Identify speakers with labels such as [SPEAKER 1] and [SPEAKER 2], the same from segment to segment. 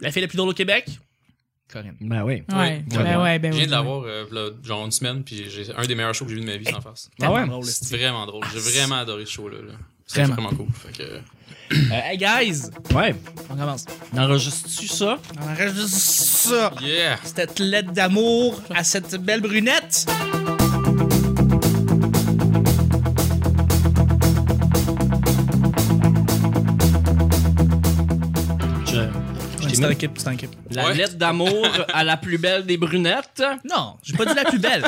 [SPEAKER 1] La fille la plus drôle au Québec? Corinne.
[SPEAKER 2] Ben oui.
[SPEAKER 3] Ouais,
[SPEAKER 1] Ouais.
[SPEAKER 3] ben ouais,
[SPEAKER 4] Je
[SPEAKER 3] ben oui.
[SPEAKER 4] viens de l'avoir euh, v'là genre une semaine, puis j'ai un des meilleurs shows que j'ai vu de ma vie sans farce.
[SPEAKER 2] Ah ouais?
[SPEAKER 1] Tellement drôle,
[SPEAKER 4] C'est
[SPEAKER 1] esti.
[SPEAKER 4] vraiment drôle. J'ai
[SPEAKER 1] c'est-
[SPEAKER 4] vraiment adoré ce show-là. là. C'était
[SPEAKER 1] Vraiment.
[SPEAKER 4] vraiment cool. Fait que,
[SPEAKER 1] Euh, hey guys!
[SPEAKER 2] Ouais.
[SPEAKER 1] On commence.
[SPEAKER 2] Enregistres-tu ça?
[SPEAKER 1] On enregistre ça!
[SPEAKER 4] yeah!
[SPEAKER 1] Cette lettre d'amour à cette belle brunette!
[SPEAKER 2] Je-
[SPEAKER 1] Ouais, C'est en équipe, c'est en équipe.
[SPEAKER 2] La
[SPEAKER 4] Ouais.
[SPEAKER 2] lettre d'amour à la plus belle des brunettes.
[SPEAKER 1] Non, j'ai pas dit la plus belle.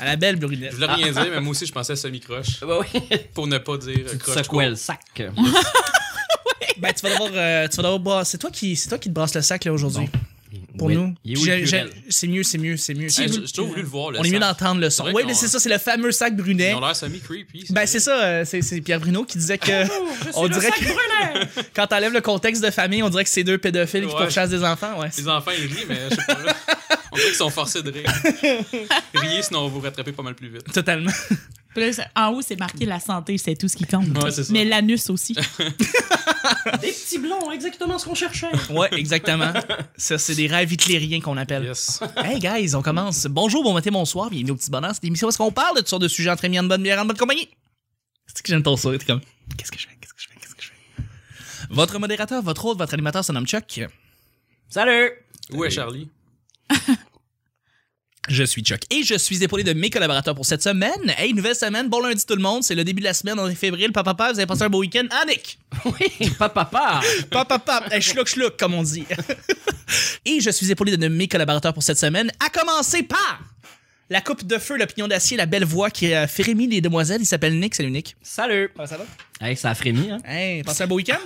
[SPEAKER 1] à la belle brunette.
[SPEAKER 4] Je voulais rien dire, mais moi aussi, je pensais à semi-croche.
[SPEAKER 2] Bah oui.
[SPEAKER 4] Pour ne pas dire euh, croche.
[SPEAKER 2] Secouer le sac.
[SPEAKER 1] Ben, tu vas devoir, euh, tu vas devoir brasser. C'est toi qui, c'est toi qui te brasse le sac là aujourd'hui. Pour
[SPEAKER 2] Oui.
[SPEAKER 1] nous.
[SPEAKER 2] Il est où
[SPEAKER 1] Puis
[SPEAKER 2] le
[SPEAKER 1] j'ai- j'ai-
[SPEAKER 2] pluriel?
[SPEAKER 1] C'est mieux, c'est mieux, c'est mieux.
[SPEAKER 4] Hey, J'ai j'ai toujours voulu le voir. le
[SPEAKER 1] On est mieux
[SPEAKER 4] sac.
[SPEAKER 1] d'entendre le son.
[SPEAKER 4] C'est vrai
[SPEAKER 1] Oui,
[SPEAKER 4] qu'on-
[SPEAKER 1] mais c'est ça, c'est le fameux sac brunet.
[SPEAKER 4] Ils ont l'air semi-creepy.
[SPEAKER 1] Ben c'est ça, euh, c'est c'est Pierre Bruno qui disait que
[SPEAKER 4] Oh,
[SPEAKER 1] on dirait que quand t'enlèves le contexte de famille, on dirait que c'est deux pédophiles qui
[SPEAKER 4] Ouais.
[SPEAKER 1] te chassent des enfants, ouais.
[SPEAKER 4] Les enfants, ils rient, mais je sais pas. là. On dirait qu'ils sont forcés de rire. Riez, sinon on va vous rattraper pas mal plus vite.
[SPEAKER 1] Totalement.
[SPEAKER 3] Puis là, c'est- en haut, c'est marqué la santé, c'est tout ce qui compte.
[SPEAKER 4] Ouais, c'est ça.
[SPEAKER 3] Mais l'anus aussi.
[SPEAKER 2] Des petits blonds, exactement ce qu'on cherchait.
[SPEAKER 1] Ouais, exactement. Ça, c'est des rêves hitlériens qu'on appelle.
[SPEAKER 4] Yes.
[SPEAKER 1] Hey guys, on commence. Bonjour, bon matin, bonsoir, bienvenue au petit bonheur. C'est l'émission où est-ce qu'on parle de toutes sortes de sujets entre amis, en bonne bière, en bonne compagnie. C'est que j'aime ton sourire, t'es comme qu'est-ce que je fais, qu'est-ce que je fais, qu'est-ce que je fais. Votre modérateur, votre hôte, votre animateur se nomme Chuck.
[SPEAKER 2] Salut.
[SPEAKER 4] Où est Charlie?
[SPEAKER 1] Je suis Chuck et je suis épaulé de mes collaborateurs pour cette semaine. Hey, nouvelle semaine, bon lundi tout le monde, c'est le début de la semaine, on est février, papa, papa, vous avez passé un beau week-end. Ah, Annick!
[SPEAKER 2] Oui, pas papa.
[SPEAKER 1] Papa, papa, hey, Eh, schluck, schluck, comme on dit. et je suis épaulé de mes collaborateurs pour cette semaine, à commencer par la coupe de feu, le pignon d'acier, la belle voix qui a frémi les demoiselles, il s'appelle Nick, salut Nick.
[SPEAKER 2] Salut.
[SPEAKER 1] Ah, ça va?
[SPEAKER 2] Hey, ça a frémi, hein?
[SPEAKER 1] Hey, passé un beau week-end?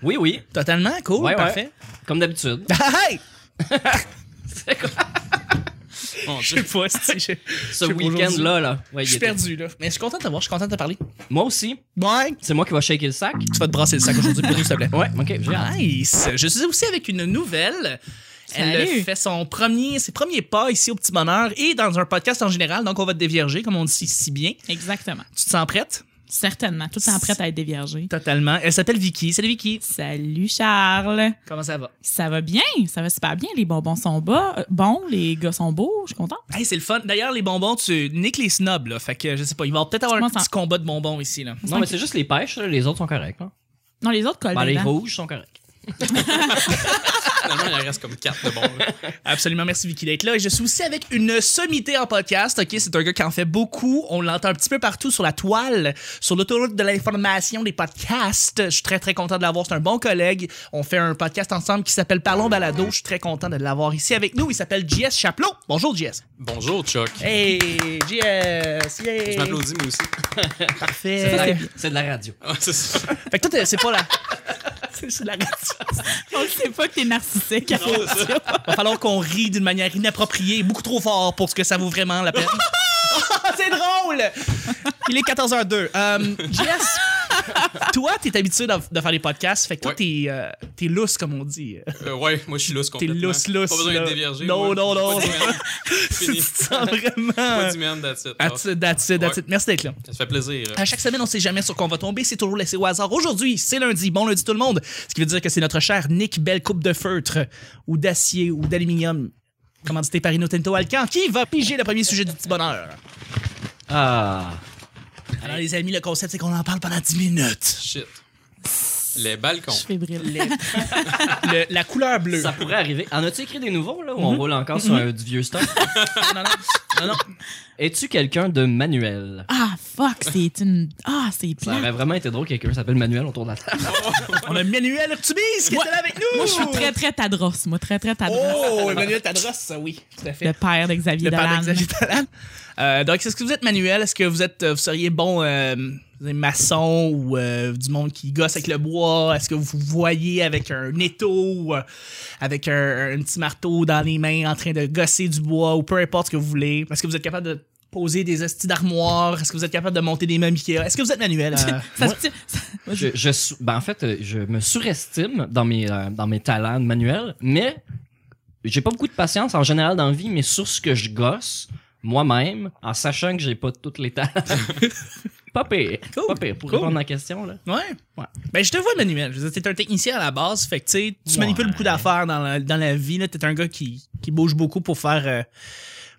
[SPEAKER 2] Oui, oui.
[SPEAKER 1] Totalement, cool,
[SPEAKER 2] Ouais, ouais.
[SPEAKER 1] parfait.
[SPEAKER 2] Comme d'habitude.
[SPEAKER 1] Ah, Hey!
[SPEAKER 4] Mon
[SPEAKER 1] Je
[SPEAKER 4] Dieu.
[SPEAKER 1] sais pas, si
[SPEAKER 2] Ce
[SPEAKER 1] je- je sais pas aujourd'hui.
[SPEAKER 2] week-end-là, là. Ouais,
[SPEAKER 1] Je
[SPEAKER 2] il
[SPEAKER 1] suis
[SPEAKER 2] était-
[SPEAKER 1] perdu, là. Mais je suis content de te voir, je suis content de te parler.
[SPEAKER 2] Moi aussi.
[SPEAKER 1] Ouais,
[SPEAKER 2] C'est moi qui va shaker le sac.
[SPEAKER 1] tu vas te brasser le sac aujourd'hui pour nous, s'il te plaît.
[SPEAKER 2] Ouais, ok. j'ai hâte.
[SPEAKER 1] Nice. Je suis aussi avec une nouvelle. Elle
[SPEAKER 3] Salut.
[SPEAKER 1] fait son premier, ses premiers pas ici au Petit Bonheur et dans un podcast en général. Donc, on va te dévierger, comme on dit si bien.
[SPEAKER 3] Exactement.
[SPEAKER 1] Tu te sens prête?
[SPEAKER 3] Certainement. Tout le temps prête à être déviergée.
[SPEAKER 1] Totalement. Elle s'appelle Vicky. Salut Vicky.
[SPEAKER 3] Salut Charles.
[SPEAKER 1] Comment ça va?
[SPEAKER 3] Ça va bien, ça va super bien. Les bonbons sont bas, euh, bons, les gars sont beaux, je suis contente.
[SPEAKER 1] Hey, c'est le fun. D'ailleurs, les bonbons, tu niques les snobs, là. Fait que je sais pas, il va peut-être avoir un
[SPEAKER 3] Moi, ça-
[SPEAKER 1] petit combat de bonbons ici, là.
[SPEAKER 2] Non, mais c'est juste les pêches, là. Les autres sont corrects. hein.
[SPEAKER 3] Non, les autres collent
[SPEAKER 2] Ben, les
[SPEAKER 3] dedans.
[SPEAKER 2] rouges sont corrects.
[SPEAKER 4] Finalement, il en reste comme quatre de bons. là.
[SPEAKER 1] Absolument, merci Vicky d'être là. Et je suis aussi avec une sommité en podcast. Ok, c'est un gars qui en fait beaucoup. On l'entend un petit peu partout sur la toile, sur l'autoroute de l'information des podcasts. Je suis très très content de l'avoir. C'est un bon collègue. On fait un podcast ensemble qui s'appelle Parlons Balado. Je suis très content de l'avoir ici avec nous. Il s'appelle JS Chaplot. Bonjour JS.
[SPEAKER 4] Bonjour, Chuck.
[SPEAKER 1] Hey JS. Yay.
[SPEAKER 4] Je m'applaudis, moi aussi.
[SPEAKER 1] Parfait.
[SPEAKER 2] C'est de la radio.
[SPEAKER 4] Ah, c'est ça.
[SPEAKER 1] Fait que toi t'es- c'est pas la. c'est c'est la radio.
[SPEAKER 3] On le sait pas que t'es narcissique.
[SPEAKER 4] Non, c'est ça.
[SPEAKER 1] Va falloir qu'on rie d'une manière inappropriée, beaucoup trop fort pour ce que ça vaut vraiment la peine. c'est drôle! Il est 14h02. Euh, Jess, toi, t'es habitué de, de faire des podcasts, fait que toi,
[SPEAKER 4] Ouais.
[SPEAKER 1] t'es, euh, t'es lousse, comme on dit.
[SPEAKER 4] Euh, ouais, moi, je suis lousse
[SPEAKER 1] T'es
[SPEAKER 4] complètement.
[SPEAKER 1] lousse, lousse.
[SPEAKER 4] Pas besoin de
[SPEAKER 1] là.
[SPEAKER 4] dévierger.
[SPEAKER 1] Non,
[SPEAKER 4] moi.
[SPEAKER 1] non, non.
[SPEAKER 4] Pas d'hymen.
[SPEAKER 1] Tu
[SPEAKER 4] Fini.
[SPEAKER 1] te sens
[SPEAKER 4] Pas
[SPEAKER 1] vraiment.
[SPEAKER 4] d'hymen, that's it.
[SPEAKER 1] That's it, that's it, that's
[SPEAKER 4] Ouais.
[SPEAKER 1] it. Merci d'être là.
[SPEAKER 4] Ça fait plaisir. hein.
[SPEAKER 1] À chaque semaine, on sait jamais sur quoi on va tomber. C'est toujours laissé au hasard. Aujourd'hui, c'est lundi. Bon lundi tout le monde. Ce qui veut dire que c'est notre cher Nick Belle Coupe de Feutre ou d'acier ou d'aluminium. Commandité par Inotento Alcan, qui va piger le premier sujet du petit bonheur.
[SPEAKER 2] Ah.
[SPEAKER 1] Alors, les amis, le concept, c'est qu'on en parle pendant 10 minutes.
[SPEAKER 4] Shit. Les
[SPEAKER 3] Je
[SPEAKER 4] balcons.
[SPEAKER 3] suis fébrile.
[SPEAKER 1] Le- la couleur bleue.
[SPEAKER 2] Ça pourrait arriver. En as-tu écrit des nouveaux, là, où on roule encore sur un- du vieux stock?
[SPEAKER 1] Mhm. Non, non, non, non.
[SPEAKER 2] Es-tu quelqu'un de manuel?
[SPEAKER 3] Ah, fuck, c'est une. Ah, c'est
[SPEAKER 2] Ça
[SPEAKER 3] plat.
[SPEAKER 2] aurait vraiment été drôle que quelqu'un s'appelle Manuel autour de la table.
[SPEAKER 1] On a Manuel Urtubis qui
[SPEAKER 3] Moi-
[SPEAKER 1] est là avec nous.
[SPEAKER 3] Moi, je suis très, très tadros. Moi, très, très tadros.
[SPEAKER 1] Oh, Emmanuel Tadros, ça, oui, tout à fait.
[SPEAKER 3] Le père de
[SPEAKER 1] Le
[SPEAKER 3] Xavier
[SPEAKER 1] père
[SPEAKER 3] Dolan.
[SPEAKER 1] de Xavier Dolan. Euh, donc, est-ce que vous êtes manuel? Est-ce que vous êtes, euh, vous seriez bon euh, vous êtes maçon ou euh, du monde qui gosse avec le bois? Est-ce que vous voyez avec un étau ou euh, avec un, un petit marteau dans les mains en train de gosser du bois ou peu importe ce que vous voulez? Est-ce que vous êtes capable de poser des estis d'armoire? Est-ce que vous êtes capable de monter des meubles Ikea? Est-ce que vous êtes manuel? euh?
[SPEAKER 3] Ça se- ça-
[SPEAKER 2] Je, je sou- ben, en fait, euh, je me surestime dans mes, euh, dans mes talents de manuel, mais j'ai pas beaucoup de patience en général dans la vie, mais sur ce que je gosse moi-même, en sachant que j'ai pas toutes les talents, Pas pire.
[SPEAKER 1] Cool.
[SPEAKER 2] Pas pire. Pour
[SPEAKER 1] Cool.
[SPEAKER 2] répondre à la question, là.
[SPEAKER 1] Ouais.
[SPEAKER 2] Ouais.
[SPEAKER 1] Ben, je te vois, Manuel. Je veux dire, t'es un technicien à la base. Fait que, tu sais, tu
[SPEAKER 2] Ouais.
[SPEAKER 1] manipules beaucoup d'affaires dans la, dans la vie. là. T'es un gars qui, qui bouge beaucoup pour faire, euh,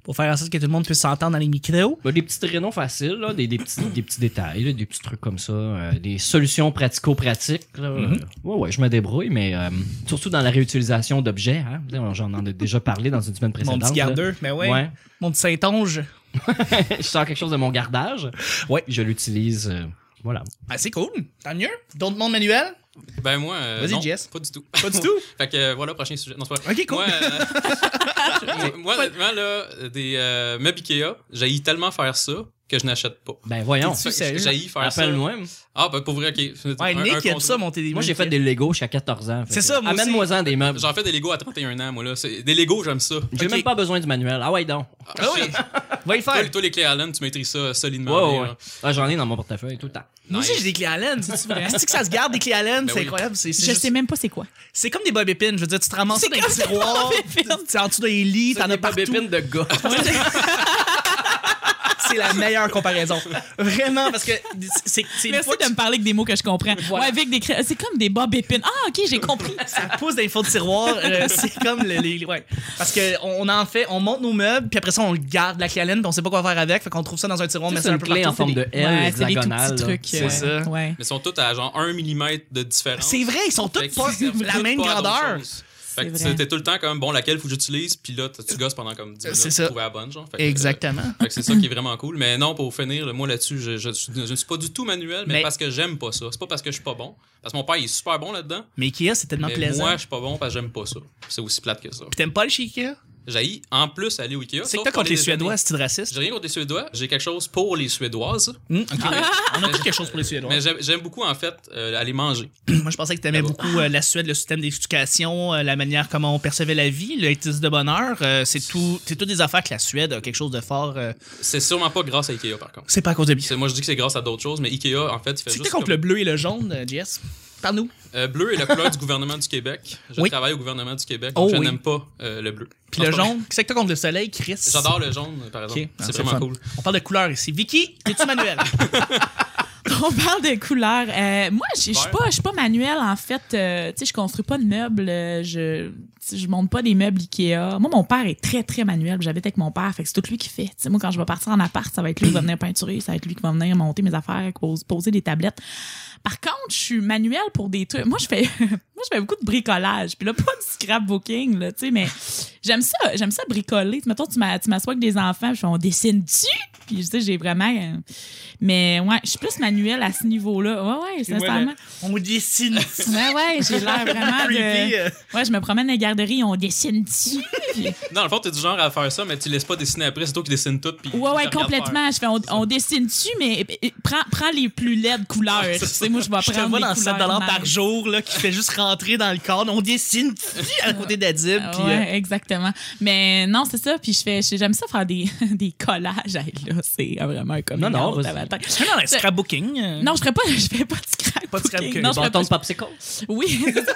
[SPEAKER 1] pour faire en sorte que tout le monde puisse s'entendre dans les micros.
[SPEAKER 2] Bah, des petits rénoms faciles, là, des, des, petits, des petits détails, là, des petits trucs comme ça, euh, des solutions pratico-pratiques. là.
[SPEAKER 1] Mhm.
[SPEAKER 2] Euh, Ouais, ouais, je me débrouille, mais euh, surtout dans la réutilisation d'objets. Hein. J'en en ai déjà parlé dans une semaine
[SPEAKER 1] Mon
[SPEAKER 2] précédente.
[SPEAKER 1] petit
[SPEAKER 2] là.
[SPEAKER 1] gardeur. Ben ouais.
[SPEAKER 2] Ouais.
[SPEAKER 1] Mon petit Saint-Onge.
[SPEAKER 2] je sors quelque chose de mon gardage.
[SPEAKER 1] Ouais.
[SPEAKER 2] Je l'utilise. euh, voilà.
[SPEAKER 1] Ben, c'est cool. Tant mieux. D'autres mondes, Manuel?
[SPEAKER 4] Ben moi, euh,
[SPEAKER 1] Vas-y,
[SPEAKER 4] non,
[SPEAKER 1] Jess.
[SPEAKER 4] Pas du tout.
[SPEAKER 1] Pas du tout.
[SPEAKER 4] fait que euh, voilà, prochain sujet. Non, c'est pas vrai.
[SPEAKER 1] Ok, cool.
[SPEAKER 4] Moi, euh, moi, moi, honnêtement, là, des euh, meubles Ikea, j'ai tellement faire ça que je n'achète pas.
[SPEAKER 2] Ben voyons.
[SPEAKER 1] T'es-tu sérieux?
[SPEAKER 4] J'ai faire ça.
[SPEAKER 2] Rappelle-moi.
[SPEAKER 4] Ah, ben pour vrai, ok.
[SPEAKER 1] Ouais,
[SPEAKER 4] Un- un
[SPEAKER 1] Nick, il aime
[SPEAKER 4] contre-
[SPEAKER 1] ça, monter des
[SPEAKER 2] Moi, j'ai fait
[SPEAKER 1] meubles.
[SPEAKER 2] des Legos jusqu'à 14 ans. Fait
[SPEAKER 1] C'est
[SPEAKER 2] que
[SPEAKER 1] ça, moi aussi.
[SPEAKER 2] Amène-moi-en des meubles.
[SPEAKER 4] J'en fais des Lego à 31 ans, moi, là. C'est- Des Lego, j'aime ça.
[SPEAKER 2] J'ai
[SPEAKER 1] Ok.
[SPEAKER 2] même pas besoin du manuel. Ah ouais, donc.
[SPEAKER 1] Ah oui. Va y
[SPEAKER 4] Toi,
[SPEAKER 1] faire.
[SPEAKER 4] toi, les clés Allen, tu maîtrises ça solidement.
[SPEAKER 2] Ouais,
[SPEAKER 4] bien,
[SPEAKER 2] ouais,
[SPEAKER 4] hein.
[SPEAKER 2] Ah, J'en ai dans mon portefeuille tout le temps.
[SPEAKER 1] Moi aussi,
[SPEAKER 4] Nice.
[SPEAKER 1] j'ai des clés Allen. C'est-tu vrai? Est-ce que ça se garde, des clés Allen?
[SPEAKER 4] Ben
[SPEAKER 1] c'est
[SPEAKER 4] oui.
[SPEAKER 1] incroyable. C'est, c'est
[SPEAKER 3] Je
[SPEAKER 1] juste-
[SPEAKER 3] sais même pas c'est quoi.
[SPEAKER 1] c'est comme des bob épines. Je veux dire, tu te ramasses ça
[SPEAKER 3] C'est
[SPEAKER 1] dans les
[SPEAKER 3] comme des
[SPEAKER 1] tiroirs.
[SPEAKER 3] bob-épines.
[SPEAKER 1] T'es en dessous des lits, t'en as
[SPEAKER 2] pas
[SPEAKER 1] partout.
[SPEAKER 2] de gars.
[SPEAKER 1] C'est la meilleure comparaison. Vraiment, parce que c'est, c'est une
[SPEAKER 3] Merci
[SPEAKER 1] fois que
[SPEAKER 3] de me parler avec des mots que je comprends. Ouais, avec des cré- C'est comme des bob épines. Ah, ok, j'ai compris.
[SPEAKER 1] ça pousse dans les fonds de tiroir. euh, c'est comme le- les. Ouais. Parce qu'on on en fait, on monte nos meubles, puis après ça, on le garde, la clé à laine, puis on sait pas quoi faire avec. Fait qu'on trouve ça dans un tiroir, on met
[SPEAKER 2] C'est
[SPEAKER 1] ça un
[SPEAKER 2] une
[SPEAKER 1] peu
[SPEAKER 2] clé en
[SPEAKER 1] partout,
[SPEAKER 2] forme
[SPEAKER 1] c'est
[SPEAKER 2] de
[SPEAKER 1] des-
[SPEAKER 2] L
[SPEAKER 3] ouais, c'est des tout
[SPEAKER 2] hexagonale.
[SPEAKER 3] petits
[SPEAKER 2] là.
[SPEAKER 3] trucs.
[SPEAKER 1] C'est
[SPEAKER 3] euh,
[SPEAKER 1] ça.
[SPEAKER 3] Ouais.
[SPEAKER 4] Mais ils sont tous à genre 1 mm de différence.
[SPEAKER 1] C'est vrai, ils sont tous
[SPEAKER 4] Fait qu'ils
[SPEAKER 1] pas
[SPEAKER 4] servent
[SPEAKER 1] la
[SPEAKER 4] tous
[SPEAKER 1] même
[SPEAKER 4] pas à d'autres
[SPEAKER 1] grandeur.
[SPEAKER 4] choses. Fait que
[SPEAKER 3] C'est vrai.
[SPEAKER 4] c'était tout le temps comme bon laquelle faut que j'utilise puis là t- tu gosses pendant comme 10
[SPEAKER 1] Euh, C'est
[SPEAKER 4] minutes pour
[SPEAKER 1] ça.
[SPEAKER 4] trouver la bonne genre Fait que,
[SPEAKER 1] Exactement.
[SPEAKER 4] euh, fait que c'est ça qui est vraiment cool mais non pour finir moi là-dessus je, je, suis- je ne suis pas du tout manuel mais,
[SPEAKER 1] Mais-
[SPEAKER 4] parce que j'aime pas ça c'est pas parce que je suis pas bon parce que mon père il est super bon là-dedans
[SPEAKER 1] Mais Ikea, c'est tellement
[SPEAKER 4] mais
[SPEAKER 1] plaisant.
[SPEAKER 4] moi
[SPEAKER 1] Puis
[SPEAKER 4] je suis pas bon parce que j'aime pas ça c'est aussi plate que ça
[SPEAKER 1] T'aimes pas le chez Ikea?
[SPEAKER 4] j'ai en plus aller au Ikea
[SPEAKER 1] C'est que
[SPEAKER 4] sauf
[SPEAKER 1] t'as
[SPEAKER 4] qu'on
[SPEAKER 1] contre les
[SPEAKER 4] est des
[SPEAKER 1] Suédois,
[SPEAKER 4] amis.
[SPEAKER 1] c'est-tu raciste?
[SPEAKER 4] j'ai rien contre les Suédois j'ai quelque chose pour les Suédoises
[SPEAKER 1] Hmm, ok. On a tout quelque chose pour les Suédois.
[SPEAKER 4] mais j'aime j'aime beaucoup en fait euh, aller manger
[SPEAKER 1] Moi, je pensais que t'aimais
[SPEAKER 4] Ah bon?
[SPEAKER 1] beaucoup euh, la Suède, le système d'éducation, euh, la manière comment on percevait la vie, l'éthique de bonheur. euh, c'est tout, c'est toutes des affaires que la Suède a quelque chose de fort. euh.
[SPEAKER 4] c'est sûrement pas grâce à Ikea par contre
[SPEAKER 1] C'est pas à cause de biais.
[SPEAKER 4] C'est- moi je dis que c'est grâce à d'autres choses mais Ikea en fait il
[SPEAKER 1] C'est
[SPEAKER 4] fait juste
[SPEAKER 1] que t'es contre
[SPEAKER 4] comme-
[SPEAKER 1] le bleu et le jaune, euh, JS? Parle-nous.
[SPEAKER 4] Euh, bleu est la couleur du gouvernement du Québec. Je
[SPEAKER 1] Oui.
[SPEAKER 4] travaille au gouvernement du Québec,
[SPEAKER 1] Oh
[SPEAKER 4] donc je
[SPEAKER 1] oui.
[SPEAKER 4] n'aime pas euh, le bleu.
[SPEAKER 1] Puis
[SPEAKER 4] Non,
[SPEAKER 1] le
[SPEAKER 4] c'est pas
[SPEAKER 1] jaune, c'est que t'as contre le soleil, Chris?
[SPEAKER 4] vrai. J'adore le jaune, par exemple.
[SPEAKER 1] Ok. Ah,
[SPEAKER 4] C'est
[SPEAKER 1] c'est
[SPEAKER 4] vraiment
[SPEAKER 1] fun.
[SPEAKER 4] cool.
[SPEAKER 1] On parle de couleurs ici. Vicky, t'es-tu manuel?
[SPEAKER 3] On parle de couleurs. Euh, moi, je je suis
[SPEAKER 4] Vert.
[SPEAKER 3] pas, je suis pas manuel en fait. Euh, tu sais, je construis pas de meubles. euh, je, tu sais, je monte pas des meubles Ikea. Moi, mon père est très très manuel. puis J'habite avec mon père, fait que c'est tout lui qui fait. Tu sais, moi, quand je vais partir en appart, ça va être lui qui va venir peinturer, ça va être lui qui va venir monter mes affaires, pose- poser des tablettes. Par contre, je suis manuel pour des trucs. Moi, je fais, moi, je fais beaucoup de bricolage. Puis là, pas du scrapbooking, là, tu sais, mais j'aime ça, j'aime ça bricoler. Tu sais, Mettons, tu m'a- tu m'assois avec des enfants, puis je fais, on dessine-tu? Puis, tu sais, j'ai vraiment. euh, Mais ouais, je suis plus manuel à ce niveau-là. Ouais, ouais, sincèrement.
[SPEAKER 1] on dessine.
[SPEAKER 3] Ouais, ouais, j'ai l'air vraiment
[SPEAKER 1] Creepy,
[SPEAKER 3] de.
[SPEAKER 1] euh.
[SPEAKER 3] Ouais, je me promène dans la garderie, on dessine-tu? Puis-
[SPEAKER 4] Dans le fond, t'es du genre à faire ça, mais tu laisses pas dessiner après, c'est toi qui dessines tout. Puis
[SPEAKER 3] Ouais, ouais,
[SPEAKER 4] tu regardes
[SPEAKER 3] complètement. Je fais, on, on dessine dessus, mais eh, eh, prends, prends les plus laides couleurs. tu sais, moi, je vais prendre.
[SPEAKER 1] Je te vois
[SPEAKER 3] les
[SPEAKER 1] dans 7
[SPEAKER 3] couleurs
[SPEAKER 1] par
[SPEAKER 3] nice.
[SPEAKER 1] jour, là, qui fait juste rentrer dans le corps. On dessine à côté d'Adib.
[SPEAKER 3] Ah,
[SPEAKER 1] puis, euh,
[SPEAKER 3] ouais, exactement. Mais non, c'est ça. Puis je fais, j'aime ça faire des, des collages. Hey, là, c'est vraiment un coming
[SPEAKER 2] Non, non,
[SPEAKER 3] out
[SPEAKER 2] vas-y.
[SPEAKER 3] tabarnak.
[SPEAKER 1] Non, non, Ah, scrapbooking. euh,
[SPEAKER 3] Non, je ferais pas, je fais pas de scrap.
[SPEAKER 1] Pas de scrapbooking.
[SPEAKER 3] Non,
[SPEAKER 2] Le
[SPEAKER 3] je ferais
[SPEAKER 2] bâton
[SPEAKER 3] pas.
[SPEAKER 2] de popsicle.
[SPEAKER 3] Oui. c'est ça.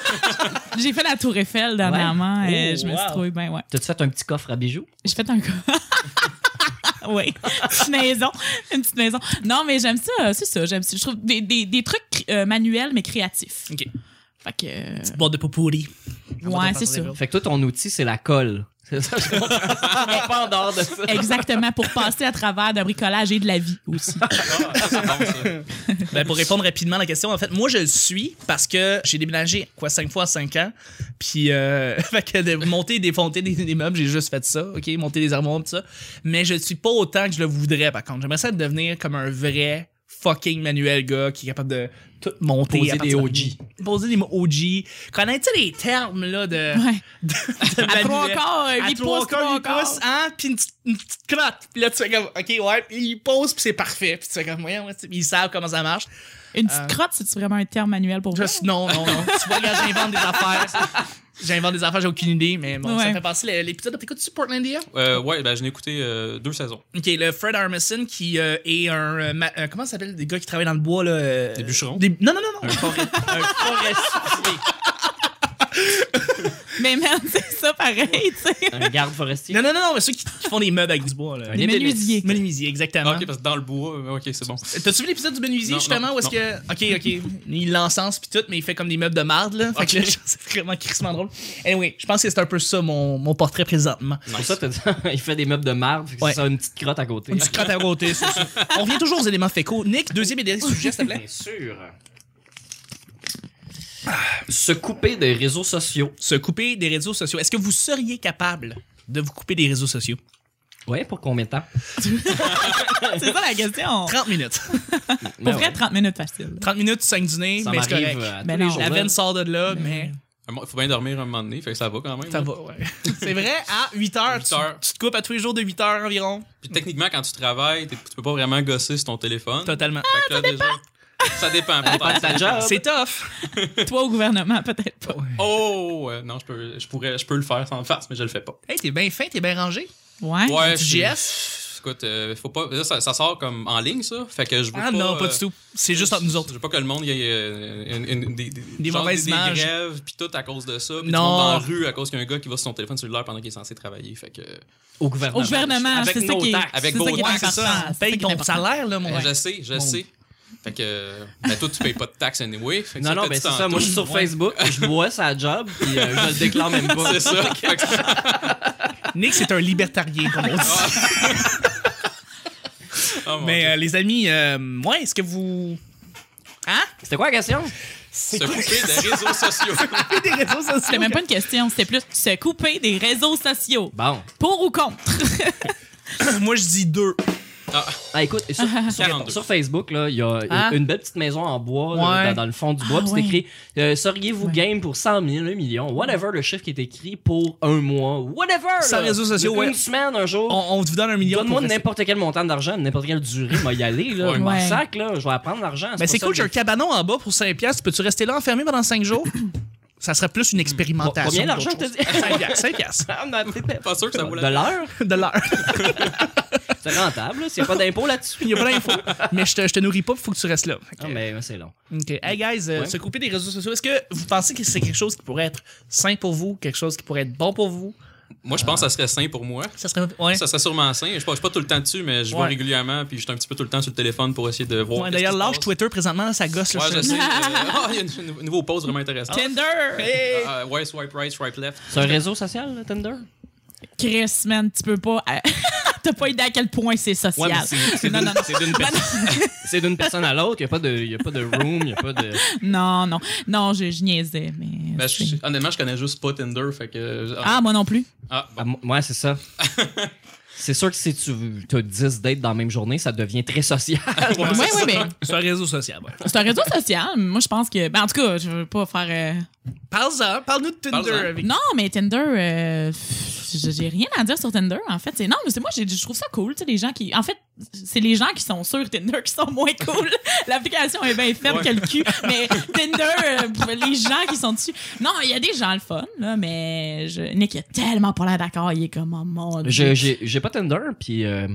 [SPEAKER 3] J'ai fait la Tour Eiffel dernièrement.
[SPEAKER 2] Ouais.
[SPEAKER 3] euh,
[SPEAKER 2] Oh,
[SPEAKER 3] je me suis
[SPEAKER 2] wow.
[SPEAKER 3] trouvé bien, ouais.
[SPEAKER 2] T'as-tu fait un petit coffre à bijoux?
[SPEAKER 3] J'ai fait un cas. oui. Petite maison. Une petite maison. Non, mais j'aime ça. euh, C'est ça. J'aime ça. Je trouve des, des, des trucs euh, manuels, mais créatifs.
[SPEAKER 1] OK.
[SPEAKER 3] Fait que. euh,
[SPEAKER 1] Boîte de pot-pourri.
[SPEAKER 3] Ouais, c'est ça.
[SPEAKER 2] Fait que toi, ton outil, c'est la colle. C'est ça, je comprends. Tu vas pas en dehors de ça.
[SPEAKER 3] Exactement, pour passer à travers d'un bricolage et de la vie aussi.
[SPEAKER 4] par- Ah, c'est bon, ça.
[SPEAKER 1] Ben, pour répondre rapidement à la question, en fait, moi, je le suis parce que j'ai déménagé, quoi, cinq fois en cinq ans. Puis, euh, fait que de monter et défonter des, des meubles, j'ai juste fait ça, OK? Monter des armoires, tout ça. Mais je ne suis pas autant que je le voudrais, par contre. J'aimerais ça devenir comme un vrai fucking manuel gars qui est capable de tout monter.
[SPEAKER 2] Poser
[SPEAKER 1] à partir
[SPEAKER 2] des
[SPEAKER 1] de-
[SPEAKER 2] OG.
[SPEAKER 1] Poser des mots OG. Connais-tu les termes, là, de...
[SPEAKER 3] Ouais.
[SPEAKER 1] de- de
[SPEAKER 3] À trois
[SPEAKER 1] manuel?
[SPEAKER 3] quarts, euh,
[SPEAKER 1] à
[SPEAKER 3] huit
[SPEAKER 1] trois
[SPEAKER 3] pouces,
[SPEAKER 1] quarts,
[SPEAKER 3] trois
[SPEAKER 1] huit
[SPEAKER 3] quarts.
[SPEAKER 1] pouces, hein, puis une petite, une petite crotte. Puis là, tu fais comme, OK, ouais, puis il pose, puis c'est parfait. Puis tu fais comme, ouais, ouais, tu- ils savent comment ça marche.
[SPEAKER 3] Une petite crotte, c'est vraiment un terme manuel pour
[SPEAKER 1] Euh. Je
[SPEAKER 3] vous?
[SPEAKER 1] suis- non, non, non. tu vois, là, j'invente des affaires. J'invente des affaires, j'ai aucune idée, mais bon, ça
[SPEAKER 3] Ouais.
[SPEAKER 1] me fait passer le- l'épisode. T'écoutes-tu Portlandia?
[SPEAKER 4] Euh, ouais, ben, je l'ai écouté euh, deux saisons.
[SPEAKER 1] Ok, le Fred Armisen qui euh, est un. euh, ma- euh, comment ça s'appelle des gars qui travaillent dans le bois, là euh,
[SPEAKER 4] Des bûcherons?
[SPEAKER 1] Non, non, non, non. Un, forestier.
[SPEAKER 3] Mais man, c'est ça pareil, tu sais.
[SPEAKER 2] Un garde forestier.
[SPEAKER 1] Non, non, non, non, mais ceux qui, qui font des meubles avec du bois. Là.
[SPEAKER 3] Des menuisiers.
[SPEAKER 1] Menuisiers, exactement.
[SPEAKER 4] Ah, ok, parce que dans le bois, euh, ok, c'est bon.
[SPEAKER 1] T'as-tu vu l'épisode du menuisier,
[SPEAKER 4] Non,
[SPEAKER 1] justement,
[SPEAKER 4] non,
[SPEAKER 1] où est-ce que. Ok, ok. Il l'encense pis tout, mais il fait comme des meubles de marde, là. Fait que
[SPEAKER 4] Ok.
[SPEAKER 1] là, genre, c'est vraiment crissement drôle. Anyway, je pense que c'est un peu ça mon, mon portrait présentement.
[SPEAKER 2] C'est pour ça que il fait des meubles de marde, fait que
[SPEAKER 1] Ouais.
[SPEAKER 2] ça a une petite crotte à côté.
[SPEAKER 1] Une petite crotte à roter, c'est ça. On revient toujours aux éléments fécaux. Nick, deuxième et dernier sujet, s'il te plaît.
[SPEAKER 2] Bien sûr. Ah. Se couper des réseaux sociaux.
[SPEAKER 1] Se couper des réseaux sociaux. Est-ce que vous seriez capable de vous couper des réseaux sociaux?
[SPEAKER 2] Ouais, pour combien de temps?
[SPEAKER 3] C'est ça la question.
[SPEAKER 1] 30 minutes.
[SPEAKER 2] Ben
[SPEAKER 3] Pour vrai,
[SPEAKER 2] ouais.
[SPEAKER 3] 30 minutes facile.
[SPEAKER 1] 30 minutes, 5 dîners,
[SPEAKER 2] ça
[SPEAKER 1] mais c'est
[SPEAKER 2] m'arrive
[SPEAKER 1] correct.
[SPEAKER 2] euh, à
[SPEAKER 3] Ben
[SPEAKER 2] tous les
[SPEAKER 3] non.
[SPEAKER 2] jours.
[SPEAKER 1] La veine sort de là, mais
[SPEAKER 4] Euh, Il faut bien dormir un moment donné, fait que ça va quand même.
[SPEAKER 1] ça
[SPEAKER 4] là.
[SPEAKER 1] va, ouais. Mm-hmm. C'est vrai, à 8 heures,
[SPEAKER 4] Huit
[SPEAKER 1] tu,
[SPEAKER 4] heures.
[SPEAKER 1] tu te coupes à tous les jours de 8 heures environ.
[SPEAKER 4] Puis techniquement, quand tu travailles, t'es- tu peux pas vraiment gosser sur ton téléphone.
[SPEAKER 1] Totalement.
[SPEAKER 4] Fait que là, déjà- ça dépend.
[SPEAKER 2] Pas de
[SPEAKER 4] peut-être.
[SPEAKER 2] ta job.
[SPEAKER 1] C'est tough.
[SPEAKER 3] Toi au gouvernement, peut-être pas.
[SPEAKER 4] Oh, ouais, non, je peux, je pourrais, je peux le faire sans face, mais je le fais pas.
[SPEAKER 1] Hey, t'es bien fin, t'es bien rangé.
[SPEAKER 3] Ouais.
[SPEAKER 4] Ouais,
[SPEAKER 1] Hein, Du
[SPEAKER 4] je-
[SPEAKER 1] GF?
[SPEAKER 4] Écoute, euh, faut pas. là, ça, ça sort comme en ligne, ça. Fait que je veux
[SPEAKER 1] Ah
[SPEAKER 4] pas,
[SPEAKER 1] non, pas
[SPEAKER 4] euh,
[SPEAKER 1] du tout. C'est juste entre nous autres.
[SPEAKER 4] Je veux pas que le monde y ait euh, une- une- des, des-
[SPEAKER 1] Des
[SPEAKER 4] genre
[SPEAKER 1] mauvaises
[SPEAKER 4] des,
[SPEAKER 1] images.
[SPEAKER 4] Des grèves, puis tout à cause de ça. Puis
[SPEAKER 1] Non.
[SPEAKER 4] tout le monde dans la rue à cause qu'il y a un gars qui va sur son téléphone cellulaire pendant qu'il est censé travailler. Fait que.
[SPEAKER 2] Au gouvernement.
[SPEAKER 3] Au gouvernement,
[SPEAKER 2] Avec
[SPEAKER 3] c'est ça
[SPEAKER 2] nos
[SPEAKER 3] qui est,
[SPEAKER 2] taxes.
[SPEAKER 4] avec
[SPEAKER 3] c'est ça
[SPEAKER 4] vos
[SPEAKER 3] qui est
[SPEAKER 4] taxes,
[SPEAKER 1] C'est ça,
[SPEAKER 3] important.
[SPEAKER 1] on paye
[SPEAKER 3] C'est ça qui est
[SPEAKER 1] ton
[SPEAKER 3] important.
[SPEAKER 1] salaire, là, mon
[SPEAKER 4] Ben, Je
[SPEAKER 1] gars.
[SPEAKER 4] sais, je
[SPEAKER 1] Bon.
[SPEAKER 4] sais. Fait que. euh, Ben, toi, tu payes pas de taxes anyway. Fait que
[SPEAKER 2] Non,
[SPEAKER 4] ça,
[SPEAKER 2] non, mais
[SPEAKER 4] t'as
[SPEAKER 1] ben,
[SPEAKER 4] dit
[SPEAKER 2] c'est ça.
[SPEAKER 4] tantôt.
[SPEAKER 2] Moi, je suis sur Facebook, je vois sa job, puis euh, je le déclare même pas.
[SPEAKER 4] C'est ça. Fait que-
[SPEAKER 1] Nick, c'est un libertarien, comme on dit.
[SPEAKER 4] Oh, mon
[SPEAKER 1] Mais
[SPEAKER 4] Dieu.
[SPEAKER 1] euh, les amis, euh, ouais, est-ce que vous. Hein?
[SPEAKER 2] C'était quoi la question?
[SPEAKER 4] se couper des réseaux sociaux.
[SPEAKER 1] Des réseaux sociaux.
[SPEAKER 3] C'était même pas une question, c'était plus se couper des réseaux sociaux.
[SPEAKER 2] Bon.
[SPEAKER 3] Pour ou contre?
[SPEAKER 1] Moi, je dis deux.
[SPEAKER 4] Ah,
[SPEAKER 2] Ah, écoute, sur, sur-
[SPEAKER 4] 42.
[SPEAKER 2] sur Facebook, là, il y a une-
[SPEAKER 1] Ah.
[SPEAKER 2] une, belle petite maison en bois là,
[SPEAKER 1] Ouais.
[SPEAKER 2] dans, dans le fond du bois.
[SPEAKER 3] Ah,
[SPEAKER 2] puis c'est
[SPEAKER 3] ouais.
[SPEAKER 2] écrit euh, Seriez-vous game pour 100 000, 1 million, whatever le chiffre qui est écrit pour un mois, whatever.
[SPEAKER 1] Sans
[SPEAKER 2] là.
[SPEAKER 1] réseaux sociaux,
[SPEAKER 2] Une
[SPEAKER 1] ouais.
[SPEAKER 2] semaine, un jour.
[SPEAKER 1] On, on vous donne un million.
[SPEAKER 2] Donne-moi
[SPEAKER 1] pour rester-
[SPEAKER 2] n'importe quel montant d'argent, n'importe quelle durée, moi y aller. Là.
[SPEAKER 4] Ouais.
[SPEAKER 2] Je m'en
[SPEAKER 3] Ouais.
[SPEAKER 2] sac, là, je vais apprendre l'argent.
[SPEAKER 1] Mais
[SPEAKER 2] pas
[SPEAKER 1] c'est
[SPEAKER 2] ça
[SPEAKER 1] cool,
[SPEAKER 2] que-
[SPEAKER 1] j'ai un cabanon en bas pour 5 piastres. Peux-tu rester là enfermé pendant 5 jours? Ça serait plus une expérimentation.
[SPEAKER 2] Combien d'argent
[SPEAKER 1] d'autre
[SPEAKER 2] que
[SPEAKER 1] chose.
[SPEAKER 2] t'as dit?
[SPEAKER 1] 5 piastres. 5 piastres.
[SPEAKER 2] Ah, non, t'es bête.
[SPEAKER 4] pas sûr que ça vaut
[SPEAKER 2] de
[SPEAKER 4] la
[SPEAKER 2] l'heure,
[SPEAKER 1] De l'heure.
[SPEAKER 2] c'est rentable. là, S'il n'y a pas d'impôt là-dessus.
[SPEAKER 1] Il y a plein d'infos. Mais je te, je te nourris pas, il faut que tu restes là. Fait que-
[SPEAKER 2] Ah, mais mais c'est long.
[SPEAKER 1] OK. Hey guys, euh,
[SPEAKER 2] Ouais.
[SPEAKER 1] se couper des réseaux sociaux, est-ce que vous pensez que c'est quelque chose qui pourrait être sain pour vous, quelque chose qui pourrait être bon pour vous?
[SPEAKER 4] Moi, je pense que ça serait sain pour moi.
[SPEAKER 1] Ça serait. Ouais.
[SPEAKER 4] Ça serait sûrement sain. Je suis pas, je suis pas tout le temps dessus, mais je vois
[SPEAKER 1] Ouais.
[SPEAKER 4] régulièrement, puis je suis un petit peu tout le temps sur le téléphone pour essayer de voir.
[SPEAKER 1] Ouais,
[SPEAKER 4] qu'est-ce
[SPEAKER 1] D'ailleurs,
[SPEAKER 4] qui se
[SPEAKER 1] lâche
[SPEAKER 4] passe.
[SPEAKER 1] Twitter présentement, là, ça gosse
[SPEAKER 4] Ouais,
[SPEAKER 1] le
[SPEAKER 4] je sais. euh, Ah, il y a une- une- un nouveau pause vraiment intéressant.
[SPEAKER 3] Tinder!
[SPEAKER 1] Hey!
[SPEAKER 4] Ah, ouais, swipe right, swipe left.
[SPEAKER 2] C'est un réseau social, là, Tinder?
[SPEAKER 3] Chris, man, tu peux pas. euh, T'as pas idée à quel point c'est social. non, non, non.
[SPEAKER 2] d'une C'est d'une personne à l'autre, il n'y a, pas de- y a pas de room, il n'y a pas de.
[SPEAKER 3] Non, non. Non, je, je niaisais, mais.
[SPEAKER 4] Ben, je-
[SPEAKER 3] c'est-
[SPEAKER 4] honnêtement, je connais juste pas Tinder, fait que. euh,
[SPEAKER 3] Ah, moi non plus.
[SPEAKER 4] ah, bon.
[SPEAKER 2] Ah, mo- ouais, c'est ça. c'est sûr que si tu as 10 dates dans la même journée, ça devient très social.
[SPEAKER 3] Oui, oui, mais
[SPEAKER 1] C'est un réseau social, ouais.
[SPEAKER 3] c'est un réseau social. Moi, je pense que. Ben, en tout cas, je veux pas faire. euh,
[SPEAKER 1] Parle-en, parle-nous de Tinder.
[SPEAKER 4] Parle-en.
[SPEAKER 1] avec-
[SPEAKER 3] Non, mais Tinder, euh, pff, j'ai j'ai rien à dire sur Tinder, en fait. C'est- Non, mais c'est moi, j'ai- je trouve ça cool, tu sais, les gens qui. En fait, c'est les gens qui sont sur Tinder qui sont moins cool. L'application est bien faible
[SPEAKER 4] Ouais.
[SPEAKER 3] que le cul, mais Tinder, euh, pff, les gens qui sont dessus. Non, il y a des gens le fun, là, mais je... Nick, il a tellement pas l'air d'accord, il est comme, oh mon dieu.
[SPEAKER 2] Je- J'ai j'ai pas Tinder, puis. euh,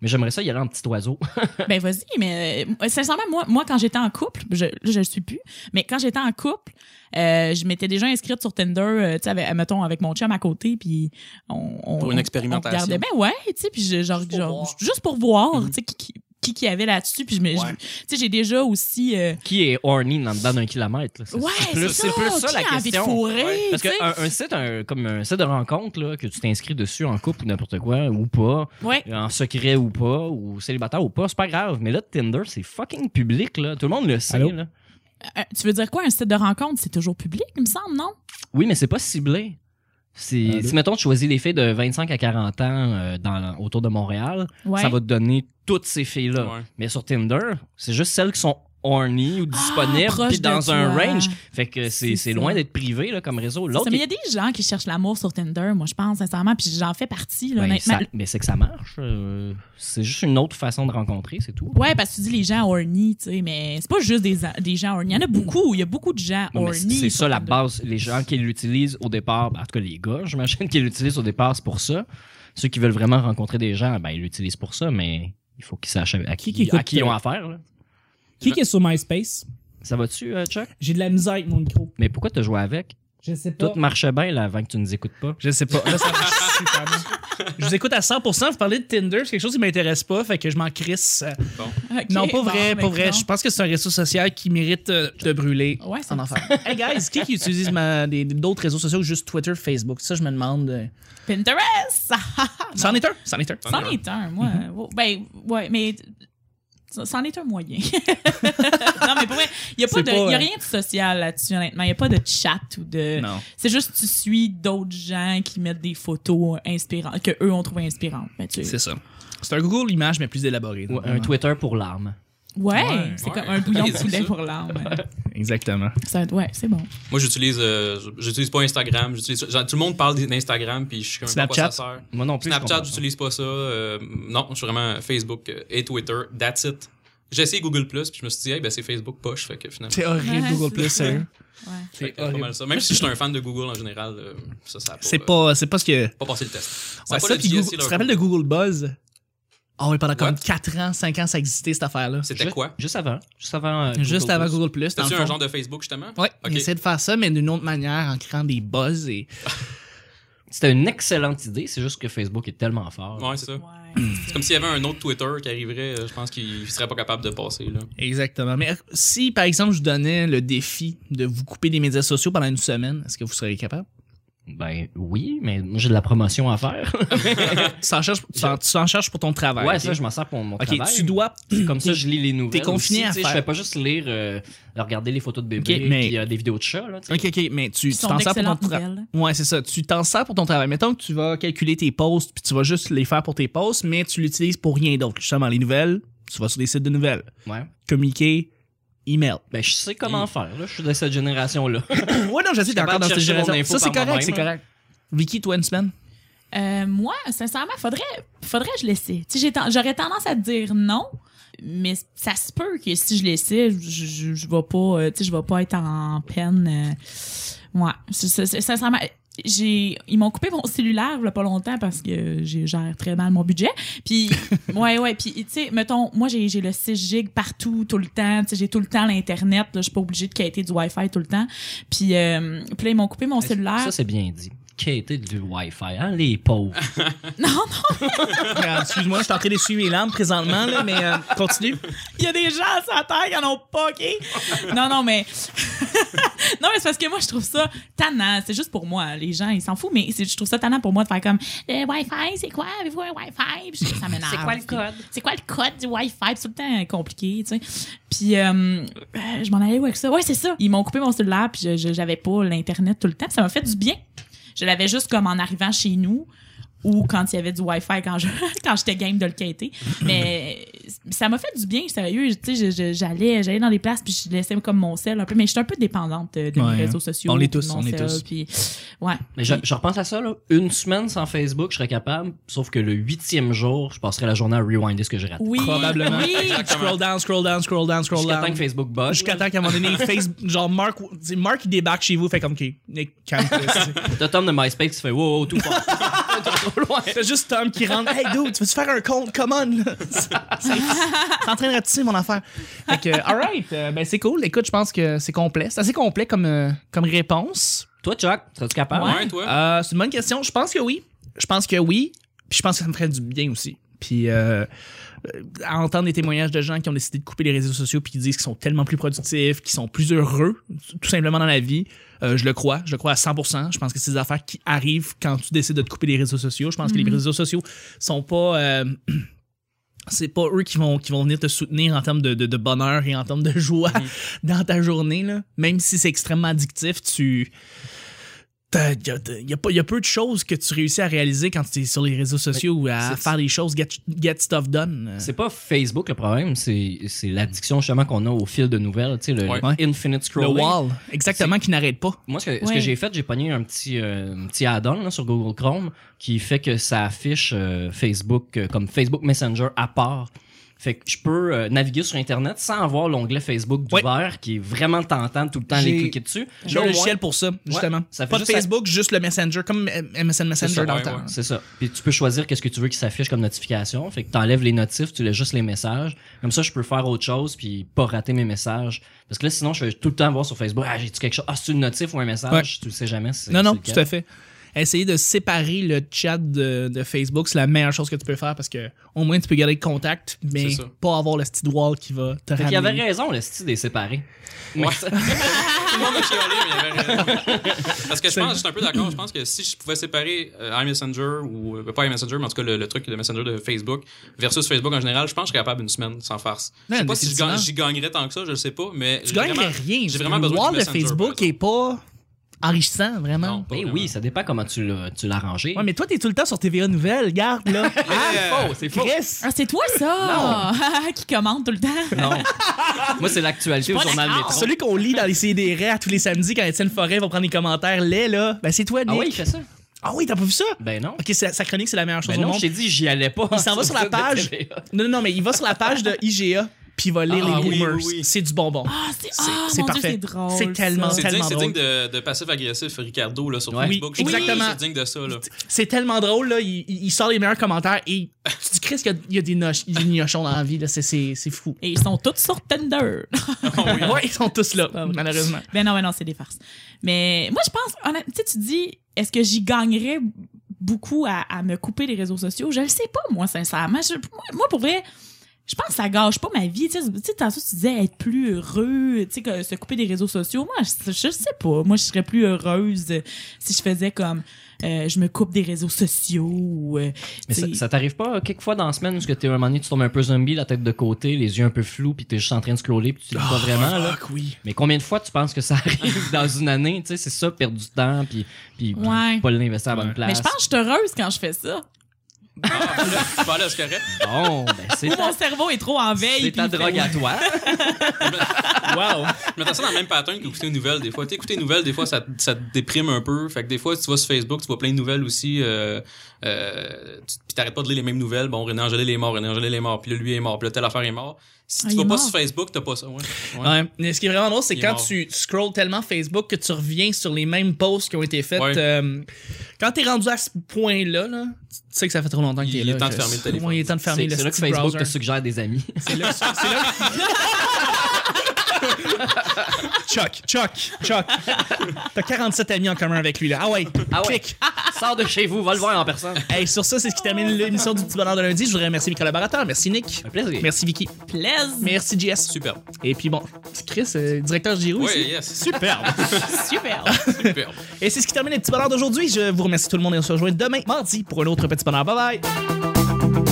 [SPEAKER 2] mais j'aimerais ça y aller en petit oiseau.
[SPEAKER 3] Ben vas-y, mais euh, sincèrement, moi, moi quand j'étais en couple, je, là, je le suis plus, mais quand j'étais en couple, euh, je m'étais déjà inscrite sur Tinder, euh, tu sais, avec- mettons, avec mon chum à côté, puis on, on
[SPEAKER 4] Pour une
[SPEAKER 3] on-
[SPEAKER 4] expérimentation.
[SPEAKER 3] on regardait. ben ouais, tu sais, puis je- genre,
[SPEAKER 1] Juste pour
[SPEAKER 3] genre,
[SPEAKER 1] voir.
[SPEAKER 3] juste pour voir,
[SPEAKER 2] Mhm.
[SPEAKER 3] tu sais, qui, qui qui qu'il y avait là-dessus, puis je me, je-
[SPEAKER 1] Ouais.
[SPEAKER 3] tu sais, j'ai déjà aussi, euh,
[SPEAKER 2] Qui est horny dans dedans d'un kilomètre? là? C'est-
[SPEAKER 3] ouais,
[SPEAKER 2] plus-
[SPEAKER 3] c'est ça,
[SPEAKER 2] c'est plus ça,
[SPEAKER 3] qui
[SPEAKER 2] la
[SPEAKER 3] a envie de
[SPEAKER 2] question.
[SPEAKER 3] fourrer,
[SPEAKER 4] Ouais.
[SPEAKER 2] Parce
[SPEAKER 3] tu sais?
[SPEAKER 2] qu'un un site, un- comme un site de rencontre, là, que tu t'inscris dessus en couple ou n'importe quoi, ou pas,
[SPEAKER 3] ouais.
[SPEAKER 2] en secret ou pas, ou célibataire ou pas, c'est pas grave. Mais là, Tinder, c'est fucking public, là. Tout le monde le sait,
[SPEAKER 1] Allô?
[SPEAKER 2] là.
[SPEAKER 3] Euh, tu veux dire quoi, un site de rencontre, c'est toujours public, il me semble, non?
[SPEAKER 2] Oui, mais c'est pas ciblé. C'est,
[SPEAKER 1] Allô?
[SPEAKER 2] si, mettons, tu choisis les filles de 25 à 40 ans euh, dans, autour de Montréal,
[SPEAKER 3] Ouais.
[SPEAKER 2] ça va te donner toutes ces filles-là.
[SPEAKER 4] Ouais.
[SPEAKER 2] Mais sur Tinder, c'est juste celles qui sont horny ou disponibles,
[SPEAKER 3] Ah, proche
[SPEAKER 2] puis
[SPEAKER 3] de
[SPEAKER 2] dans un
[SPEAKER 3] toi.
[SPEAKER 2] range. Fait que c'est,
[SPEAKER 3] C'est
[SPEAKER 2] c'est
[SPEAKER 3] ça.
[SPEAKER 2] loin d'être privé là, comme réseau.
[SPEAKER 3] C'est ça,
[SPEAKER 2] L'autre,
[SPEAKER 3] mais
[SPEAKER 2] est-
[SPEAKER 3] il y a des gens qui cherchent l'amour sur Tinder, moi je pense sincèrement, puis j'en fais partie, là,
[SPEAKER 2] ben,
[SPEAKER 3] honnêtement.
[SPEAKER 2] ça- mais c'est que ça marche. euh, c'est juste une autre façon de rencontrer, c'est tout.
[SPEAKER 3] Ouais, parce que tu dis les gens horny, tu sais, mais c'est pas juste des, des gens horny. Il y en a beaucoup, il y a beaucoup de gens
[SPEAKER 2] Non, mais
[SPEAKER 3] horny.
[SPEAKER 2] c'est c'est ça
[SPEAKER 3] sur
[SPEAKER 2] la
[SPEAKER 3] Tinder.
[SPEAKER 2] base. Les gens qui l'utilisent au départ, ben, en tout cas les gars, j'imagine qu'ils l'utilisent au départ, c'est pour ça. Ceux qui veulent vraiment rencontrer des gens, ben, ils l'utilisent pour ça, mais il faut qu'ils sachent à qui,
[SPEAKER 5] Qui qui écoute,
[SPEAKER 2] à qui ils ont
[SPEAKER 5] euh,
[SPEAKER 2] affaire. là.
[SPEAKER 5] Qui qui est sur MySpace?
[SPEAKER 2] Ça va-tu, euh, Chuck?
[SPEAKER 5] J'ai de la misère avec mon micro.
[SPEAKER 2] Mais pourquoi t'as joué avec?
[SPEAKER 5] Je sais pas.
[SPEAKER 2] Tout marchait bien là avant que tu nous écoutes pas.
[SPEAKER 1] Je sais pas. Là, ça marche super bien. Je vous écoute à 100%. Vous parlez de Tinder, c'est quelque chose qui m'intéresse pas, fait que je m'en crisse. Euh,
[SPEAKER 3] Ok,
[SPEAKER 1] non, pas
[SPEAKER 3] bon, ben,
[SPEAKER 1] vrai, pas
[SPEAKER 3] maintenant.
[SPEAKER 1] vrai. Je pense que c'est un réseau social qui mérite euh, de brûler
[SPEAKER 3] Ouais, c'est
[SPEAKER 1] en enfer. hey guys, qui, qui utilise ma- des- d'autres réseaux sociaux, juste Twitter, Facebook? Ça, je me demande. euh,
[SPEAKER 3] Pinterest!
[SPEAKER 1] C'en est un? C'en est un.
[SPEAKER 3] Ah, C'en est un, moi.
[SPEAKER 1] Mm-hmm.
[SPEAKER 3] Oh, Ben, ouais, mais ça- c'en est un moyen. non, mais pour vrai, il n'y a, pas
[SPEAKER 1] C'est
[SPEAKER 3] de-
[SPEAKER 1] pas,
[SPEAKER 3] y a
[SPEAKER 1] euh,
[SPEAKER 3] rien de social là-dessus, honnêtement. Il n'y a pas de chat ou de...
[SPEAKER 1] Non.
[SPEAKER 3] C'est juste tu suis d'autres gens qui mettent des photos inspirantes, que eux ont trouvé inspirantes. Mais tu...
[SPEAKER 1] C'est ça. C'est un Google Images, mais plus élaboré.
[SPEAKER 2] Ouais, un Twitter pour l'âme.
[SPEAKER 3] Ouais,
[SPEAKER 1] Ouais.
[SPEAKER 3] c'est
[SPEAKER 4] Ouais.
[SPEAKER 3] comme un bouillon de
[SPEAKER 4] C'est
[SPEAKER 3] poulet
[SPEAKER 4] ça.
[SPEAKER 3] pour l'âme.
[SPEAKER 1] Exactement.
[SPEAKER 3] Ça- Ouais, c'est bon.
[SPEAKER 4] Moi, j'utilise, euh, j'utilise pas Instagram. J'utilise, genre, tout le monde parle d'Instagram, puis je suis comme pas
[SPEAKER 1] Snapchat?
[SPEAKER 4] ça sert.
[SPEAKER 2] Moi non plus. je
[SPEAKER 4] Snapchat,
[SPEAKER 2] comprends pas.
[SPEAKER 4] j'utilise pas ça. Euh, non, je suis vraiment Facebook euh, et Twitter. That's it. J'ai essayé Google Plus, puis je me suis dit, hey, ben, c'est Facebook poche, fait que finalement.
[SPEAKER 1] C'est horrible,
[SPEAKER 3] Ouais,
[SPEAKER 1] Google
[SPEAKER 3] c'est
[SPEAKER 1] Plus,
[SPEAKER 3] ça.
[SPEAKER 1] sérieux.
[SPEAKER 3] Ouais.
[SPEAKER 4] fait que
[SPEAKER 1] C'est
[SPEAKER 4] c'est pas
[SPEAKER 1] horrible.
[SPEAKER 4] mal ça. Même si je suis un fan de Google en général, euh, ça, ça a pas,
[SPEAKER 1] C'est
[SPEAKER 4] euh,
[SPEAKER 1] pas, c'est pas ce que.
[SPEAKER 4] pas passé le test. Ça a
[SPEAKER 1] Ouais,
[SPEAKER 4] pas
[SPEAKER 1] ça,
[SPEAKER 4] le
[SPEAKER 1] puis
[SPEAKER 4] GSC
[SPEAKER 1] Google- tu
[SPEAKER 4] leur
[SPEAKER 1] te rappelles de Google Buzz? Ah oui, pendant comme
[SPEAKER 4] What?
[SPEAKER 1] 4 ans, 5 ans, ça existait cette affaire-là.
[SPEAKER 4] C'était
[SPEAKER 2] Juste-
[SPEAKER 4] quoi?
[SPEAKER 2] Juste avant. Juste avant. euh,
[SPEAKER 1] Juste
[SPEAKER 2] Google+.
[SPEAKER 1] avant Google Plus.
[SPEAKER 4] C'était-tu un genre de Facebook, justement?
[SPEAKER 1] Oui,
[SPEAKER 4] Ok.
[SPEAKER 1] ils essaient de faire ça, mais d'une autre manière, en créant des buzz. Et...
[SPEAKER 2] C'était une excellente idée, c'est juste que Facebook est tellement fort.
[SPEAKER 4] Ouais, c'est ça.
[SPEAKER 3] Ouais.
[SPEAKER 4] C'est comme s'il y avait un autre Twitter qui arriverait, euh, je pense qu'il serait pas capable de passer, là.
[SPEAKER 1] Exactement. Mais si, par exemple, je vous donnais le défi de vous couper des médias sociaux pendant une semaine, est-ce que vous seriez capable?
[SPEAKER 2] Ben oui, mais moi j'ai de la promotion à faire.
[SPEAKER 1] Tu s'en charges, tu t'en- tu t'en charges pour ton travail.
[SPEAKER 2] ouais,
[SPEAKER 1] ok?
[SPEAKER 2] ça je m'en sers pour mon
[SPEAKER 1] Ok,
[SPEAKER 2] travail.
[SPEAKER 1] tu dois.
[SPEAKER 2] C'est comme ça je lis les nouvelles.
[SPEAKER 1] T'es confiné
[SPEAKER 2] aussi,
[SPEAKER 1] à
[SPEAKER 2] tu sais,
[SPEAKER 1] faire.
[SPEAKER 2] Je fais pas juste lire, euh, regarder les photos de bébé,
[SPEAKER 1] Ok, mais-
[SPEAKER 2] puis euh, des vidéos de chats. Là, tu sais.
[SPEAKER 1] Ok, ok, mais tu tu
[SPEAKER 3] Ils sont
[SPEAKER 1] t'en sers pour ton
[SPEAKER 3] d'excellentes
[SPEAKER 1] travail.
[SPEAKER 3] nouvelles.
[SPEAKER 1] Ouais, c'est ça. Tu t'en sers pour ton travail. Mettons que tu vas calculer tes posts, puis tu vas juste les faire pour tes posts, mais tu l'utilises pour rien d'autre. Justement, les nouvelles, tu vas sur des sites de nouvelles.
[SPEAKER 2] Ouais.
[SPEAKER 1] Communiquer, email.
[SPEAKER 2] Ben je sais comment
[SPEAKER 4] Et-
[SPEAKER 2] faire. Là. Je suis de cette génération là.
[SPEAKER 1] ouais, non, je sais, t'es
[SPEAKER 2] capable
[SPEAKER 1] encore dans
[SPEAKER 2] de
[SPEAKER 1] cette
[SPEAKER 2] chercher mon
[SPEAKER 1] génération.
[SPEAKER 2] info
[SPEAKER 1] Ça, c'est
[SPEAKER 2] par
[SPEAKER 1] correct, c'est
[SPEAKER 2] moi-même,
[SPEAKER 1] correct. Vicky, toi, une semaine?
[SPEAKER 3] Euh, moi, sincèrement, faudrait, faudrait que je laissais. Tu sais, j'ai ten- j'aurais tendance à te dire non, mais ça se peut que si je laissais, je, je, je vais pas, euh, tu sais, je vais pas être en peine. euh, ouais, C'est- c'est- c'est- sincèrement. J'ai, ils m'ont coupé mon cellulaire il y a pas longtemps parce que j'ai gère très mal mon budget. Puis ouais ouais, puis tu sais mettons moi j'ai j'ai le 6 gig partout tout le temps, tu sais j'ai tout le temps l'internet, là, je suis pas obligée de quitter du wifi tout le temps. Puis euh, puis là ils m'ont coupé mon cellulaire.
[SPEAKER 2] Ça c'est bien dit. Quêter du Wi-Fi, hein, les pauvres.
[SPEAKER 3] non non,
[SPEAKER 1] Euh, Excuse-moi, je suis en train d'essuyer mes larmes présentement, là, mais euh, continue.
[SPEAKER 3] Il y a des gens sur la terre qui en ont pas, OK? Non, non, mais. non, mais c'est parce que moi, je trouve ça tannant. C'est juste pour moi. Les gens, ils s'en foutent, mais c'est- je trouve ça tannant pour moi de faire comme le Wi-Fi, c'est quoi? Avez-vous un Wi-Fi? Puis je- ça m'énerve. C'est quoi le code? C'est quoi le code du Wi-Fi? Puis C'est tout le temps compliqué, tu sais. Puis, euh, euh, je m'en allais où avec ça? Ouais, c'est ça. Ils m'ont coupé mon cellulaire, puis je- je- j'avais pas l'Internet tout le temps. Ça m'a fait du bien. Je l'avais juste comme en arrivant chez nous ou quand il y avait du Wi-Fi quand je quand j'étais game de le quêter mais ça m'a fait du bien sérieux tu sais je- je- j'allais j'allais dans des places puis je laissais comme mon sel un peu mais je suis un peu dépendante de, de
[SPEAKER 1] Ouais,
[SPEAKER 3] mes réseaux sociaux
[SPEAKER 1] on l'est
[SPEAKER 3] puis
[SPEAKER 1] tous,
[SPEAKER 3] mon
[SPEAKER 1] on l'est
[SPEAKER 3] sel,
[SPEAKER 1] tous.
[SPEAKER 3] puis ouais
[SPEAKER 2] Mais je, je repense à ça, là. Une semaine sans Facebook, je serais capable. Sauf que le huitième jour, je passerais la journée à rewinder ce que j'ai raté.
[SPEAKER 3] oui
[SPEAKER 1] Probablement.
[SPEAKER 3] oui
[SPEAKER 1] Scroll down, scroll down, scroll down, scroll
[SPEAKER 2] Jusqu'à
[SPEAKER 1] down.
[SPEAKER 2] temps que Facebook bug.
[SPEAKER 1] Jusqu'à temps qu'à un moment donné, Facebook, genre Mark, tu sais, Mark il débarque chez vous, fait comme, OK, Nick, calme-toi. tu sais.
[SPEAKER 2] T'as Tom de MySpace qui fait wow, wow, tout fort. trop loin.
[SPEAKER 1] T'as juste Tom qui rentre. Hey, dude, tu veux-tu faire un compte? Come on! là. C'est- c'est- T'es en train de ratisser mon affaire. Fait que, alright, ben c'est cool. Écoute, je pense que c'est complet. C'est assez complet comme, euh, comme réponse.
[SPEAKER 2] Toi, Chuck, serais-tu capable?
[SPEAKER 4] Ouais, toi?
[SPEAKER 1] Euh, c'est une bonne question. Je pense que oui. Je pense que oui. Puis je pense que ça me ferait du bien aussi. Puis euh, euh, à entendre des témoignages de gens qui ont décidé de couper les réseaux sociaux puis qui disent qu'ils sont tellement plus productifs, qu'ils sont plus heureux, tout simplement dans la vie, euh, je le crois. Je le crois à 100%. Je pense que c'est des affaires qui arrivent quand tu décides de te couper les réseaux sociaux. Je pense que les réseaux sociaux sont pas... euh, c'est pas eux qui vont, qui vont venir te soutenir en termes de, de- de bonheur et en termes de joie dans ta journée. Là. Même si c'est extrêmement addictif, tu... Il y, a pas- y a peu de choses que tu réussis à réaliser quand tu es sur les réseaux sociaux ou à
[SPEAKER 2] c'est-
[SPEAKER 1] faire des choses, get, get stuff done. Euh,
[SPEAKER 2] C'est pas Facebook le problème, c'est c'est l'addiction justement qu'on a au fil de nouvelles, tu sais, le,
[SPEAKER 4] Ouais.
[SPEAKER 2] le infinite
[SPEAKER 1] Le
[SPEAKER 2] scrolling.
[SPEAKER 1] wall, exactement, qui n'arrête pas.
[SPEAKER 2] Moi, ce que, ce
[SPEAKER 3] Ouais.
[SPEAKER 2] que j'ai fait, j'ai pogné un petit, euh, un petit add-on là, sur Google Chrome qui fait que ça affiche euh, Facebook euh, comme Facebook Messenger à part. Fait que je peux euh, naviguer sur Internet sans avoir l'onglet Facebook
[SPEAKER 1] Oui.
[SPEAKER 2] d'ouvert qui est vraiment tentant de tout le temps aller
[SPEAKER 1] J'ai-
[SPEAKER 2] cliquer dessus.
[SPEAKER 1] J'ai
[SPEAKER 2] Là,
[SPEAKER 1] un
[SPEAKER 2] au moins-
[SPEAKER 1] logiciel pour ça, justement.
[SPEAKER 2] ça fait
[SPEAKER 1] pas de
[SPEAKER 2] juste-
[SPEAKER 1] Facebook, juste le Messenger, comme M- MSN Messenger
[SPEAKER 2] ça,
[SPEAKER 1] dans
[SPEAKER 4] ouais,
[SPEAKER 1] le temps.
[SPEAKER 4] ouais.
[SPEAKER 2] C'est ça. Puis tu peux choisir qu'est-ce que tu veux qui s'affiche comme notification. Fait que t'enlèves les notifs, tu laisses juste les messages. Comme ça, je peux faire autre chose puis pas rater mes messages. Parce que là, sinon, je vais tout le temps voir sur Facebook, ah, j'ai-tu quelque chose? Ah, c'est une notif ou un message?
[SPEAKER 1] Ouais.
[SPEAKER 2] Tu le sais jamais. si c'est-
[SPEAKER 1] Non, non,
[SPEAKER 2] c'est
[SPEAKER 1] tout
[SPEAKER 2] lequel.
[SPEAKER 1] à fait. Essayer de séparer le chat de, de Facebook, c'est la meilleure chose que tu peux faire parce que au moins tu peux garder le contact, mais
[SPEAKER 4] C'est ça.
[SPEAKER 1] pas avoir le petit wall qui va te
[SPEAKER 2] Fait qu'il
[SPEAKER 1] ramener.
[SPEAKER 2] y avait raison, le style des séparés.
[SPEAKER 4] Ouais. Tout le monde a chialé, mais il y avait raison. Parce que je pense, je suis un peu d'accord, je pense que si je pouvais séparer euh, iMessenger ou euh, pas iMessenger, mais en tout cas le, le truc de Messenger de Facebook versus Facebook en général, je pense que je serais capable une semaine sans farce. Je sais
[SPEAKER 1] Non,
[SPEAKER 4] pas
[SPEAKER 1] mais
[SPEAKER 4] si
[SPEAKER 1] c'est
[SPEAKER 4] je gagne-
[SPEAKER 1] différent.
[SPEAKER 4] j'y gagnerais tant que ça, je le sais pas, mais
[SPEAKER 1] tu
[SPEAKER 4] j'ai
[SPEAKER 1] gagnes
[SPEAKER 4] vraiment-
[SPEAKER 1] rien.
[SPEAKER 4] J'ai vraiment
[SPEAKER 1] le
[SPEAKER 4] besoin
[SPEAKER 1] wall
[SPEAKER 4] du
[SPEAKER 1] de
[SPEAKER 4] Messenger,
[SPEAKER 1] Facebook
[SPEAKER 4] par
[SPEAKER 1] est pas enrichissant, vraiment.
[SPEAKER 4] Non, pas
[SPEAKER 2] Mais
[SPEAKER 4] vraiment.
[SPEAKER 2] eh oui, ça dépend comment tu l'as tu l'as rangé.
[SPEAKER 1] Ouais, mais toi, t'es tout le temps sur TVA Nouvelles, garde là.
[SPEAKER 4] Yeah.
[SPEAKER 2] c'est
[SPEAKER 1] Chris!
[SPEAKER 3] Ah, c'est toi, ça! qui commande tout le temps.
[SPEAKER 2] Non. Moi, c'est l'actualité au journal
[SPEAKER 4] Ah.
[SPEAKER 2] Métro.
[SPEAKER 1] Celui qu'on lit dans les CDR à tous les samedis quand Étienne Forêt va prendre les commentaires laids, là, ben c'est toi, Nick.
[SPEAKER 2] Ah oui, il fait ça?
[SPEAKER 1] Ah oui, t'as pas vu ça?
[SPEAKER 2] Ben non.
[SPEAKER 1] Ok, sa, sa chronique, c'est la meilleure chose
[SPEAKER 2] Ben non,
[SPEAKER 1] au
[SPEAKER 2] je
[SPEAKER 1] monde.
[SPEAKER 2] t'ai dit, j'y allais pas.
[SPEAKER 1] Il
[SPEAKER 4] Ah,
[SPEAKER 1] s'en va sur la page. Non, non, non, mais il va sur la page de IGA, puis il va lire
[SPEAKER 4] Ah,
[SPEAKER 1] les
[SPEAKER 4] oui,
[SPEAKER 1] rumors.
[SPEAKER 4] oui, oui.
[SPEAKER 1] C'est du bonbon.
[SPEAKER 3] Ah, c'est
[SPEAKER 1] C'est-
[SPEAKER 3] ah,
[SPEAKER 1] c'est
[SPEAKER 3] mon Dieu,
[SPEAKER 1] parfait.
[SPEAKER 3] C'est drôle.
[SPEAKER 1] C'est
[SPEAKER 3] ça.
[SPEAKER 1] tellement-
[SPEAKER 4] C'est
[SPEAKER 1] tellement
[SPEAKER 4] digne, c'est
[SPEAKER 1] drôle.
[SPEAKER 4] digne de, de passif-agressif Ricardo là, sur
[SPEAKER 2] Ouais.
[SPEAKER 4] Facebook.
[SPEAKER 1] Oui,
[SPEAKER 4] Je pense que
[SPEAKER 1] exactement.
[SPEAKER 4] C'est digne de ça. Là.
[SPEAKER 1] C'est tellement drôle, là. Il, il- il sort les meilleurs commentaires et tu te dis, Chris, qu'il y a- il y a des, noches, des niochons dans la vie, là. C'est- C'est c'est fou.
[SPEAKER 3] Et ils sont tous sur Tinder.
[SPEAKER 4] Ah,
[SPEAKER 1] ouais, ils sont tous là,
[SPEAKER 3] pas vrai.
[SPEAKER 1] malheureusement.
[SPEAKER 3] ben non, ben non, c'est des farces. Mais moi, je pense, honnêtement, tu sais, tu dis, est-ce que j'y gagnerais beaucoup à, à me couper les réseaux sociaux? Je le sais pas, moi, sincèrement. Je- moi, moi, pour vrai, je pense que ça gâche pas ma vie. Tu sais, tu sais, tantôt, tu disais être plus heureux, tu sais, que se couper des réseaux sociaux. Moi, je, je sais pas. Moi, je serais plus heureuse si je faisais comme, euh, je me coupe des réseaux sociaux. ou, euh,
[SPEAKER 2] Mais
[SPEAKER 3] tu
[SPEAKER 2] ça,
[SPEAKER 3] sais.
[SPEAKER 2] ça t'arrive pas euh, quelques fois dans la semaine où ce que t'es un moment donné, tu tombes un peu zombie, la tête de côté, les yeux un peu flous, puis t'es juste en train de scroller, puis tu lis pas vraiment. Là.
[SPEAKER 1] Ah, Fuck, oui.
[SPEAKER 2] Mais combien de fois tu penses que ça arrive dans une année Tu sais, c'est ça, perdre du temps, puis, puis puis
[SPEAKER 3] Ouais.
[SPEAKER 2] pas l'investir à la bonne place.
[SPEAKER 3] Mais je pense que je suis heureuse quand je fais ça.
[SPEAKER 4] Ah, là, voilà, c'est correct.
[SPEAKER 2] Bon, ben c'est
[SPEAKER 3] Ou
[SPEAKER 2] ta,
[SPEAKER 3] mon cerveau est trop en
[SPEAKER 2] c'est
[SPEAKER 3] veille.
[SPEAKER 2] ta
[SPEAKER 3] puis il
[SPEAKER 2] drogue
[SPEAKER 3] fait-
[SPEAKER 2] à toi.
[SPEAKER 1] Wow.
[SPEAKER 4] Je mettais ça dans le même pattern qu'écouter une nouvelle des fois. T'écouter une nouvelle, des fois, ça, te- ça te déprime un peu. Fait que des fois, si tu vas sur Facebook, tu vois plein de nouvelles aussi. Euh, euh, tu- puis t'arrêtes pas de lire les mêmes nouvelles. Bon, René Angelil est mort, René Angelil est mort, puis là, lui est mort, puis là, telle affaire est mort. Si
[SPEAKER 3] Ah,
[SPEAKER 4] tu
[SPEAKER 3] il
[SPEAKER 4] vas
[SPEAKER 3] est
[SPEAKER 4] pas
[SPEAKER 3] mort.
[SPEAKER 4] sur Facebook, t'as pas ça. Ouais. Ouais.
[SPEAKER 1] Ouais. Mais ce qui est vraiment drôle, c'est
[SPEAKER 4] Il est
[SPEAKER 1] quand
[SPEAKER 4] mort.
[SPEAKER 1] tu scrolls tellement Facebook que tu reviens sur les mêmes posts qui ont été faits.
[SPEAKER 4] Ouais.
[SPEAKER 1] euh, quand t'es rendu à ce point-là, là, tu sais que ça fait trop longtemps que
[SPEAKER 4] Il
[SPEAKER 1] t'es
[SPEAKER 4] est
[SPEAKER 1] là.
[SPEAKER 4] temps de
[SPEAKER 1] je-
[SPEAKER 4] fermer le téléphone.
[SPEAKER 1] Ouais, il est temps de
[SPEAKER 2] C'est
[SPEAKER 1] fermer le
[SPEAKER 2] c'est là que
[SPEAKER 1] petit
[SPEAKER 2] Facebook
[SPEAKER 1] browser.
[SPEAKER 2] te suggère des amis.
[SPEAKER 1] C'est là, c'est là. Chuck, Chuck, Chuck. T'as 47 amis en commun avec lui, là. Ah ouais,
[SPEAKER 2] Ah ouais.
[SPEAKER 1] clique.
[SPEAKER 2] Sors de chez vous, va le voir en personne.
[SPEAKER 1] Hey, sur ça, c'est ce qui termine l'émission du Petit Bonheur de lundi. Je voudrais remercier mes collaborateurs. Merci, Nick.
[SPEAKER 2] Un plaisir.
[SPEAKER 1] Merci, Vicky.
[SPEAKER 3] Plaise.
[SPEAKER 1] Merci, JS.
[SPEAKER 4] Superbe.
[SPEAKER 1] Et puis bon, Chris, euh, directeur Giroud
[SPEAKER 4] Ouais,
[SPEAKER 1] ici.
[SPEAKER 4] yes.
[SPEAKER 1] Superbe.
[SPEAKER 3] Super.
[SPEAKER 4] Superbe.
[SPEAKER 1] Et c'est ce qui termine le Petit Bonheur d'aujourd'hui. Je vous remercie tout le monde et on se rejoint demain, mardi, pour un autre Petit Bonheur. Bye bye.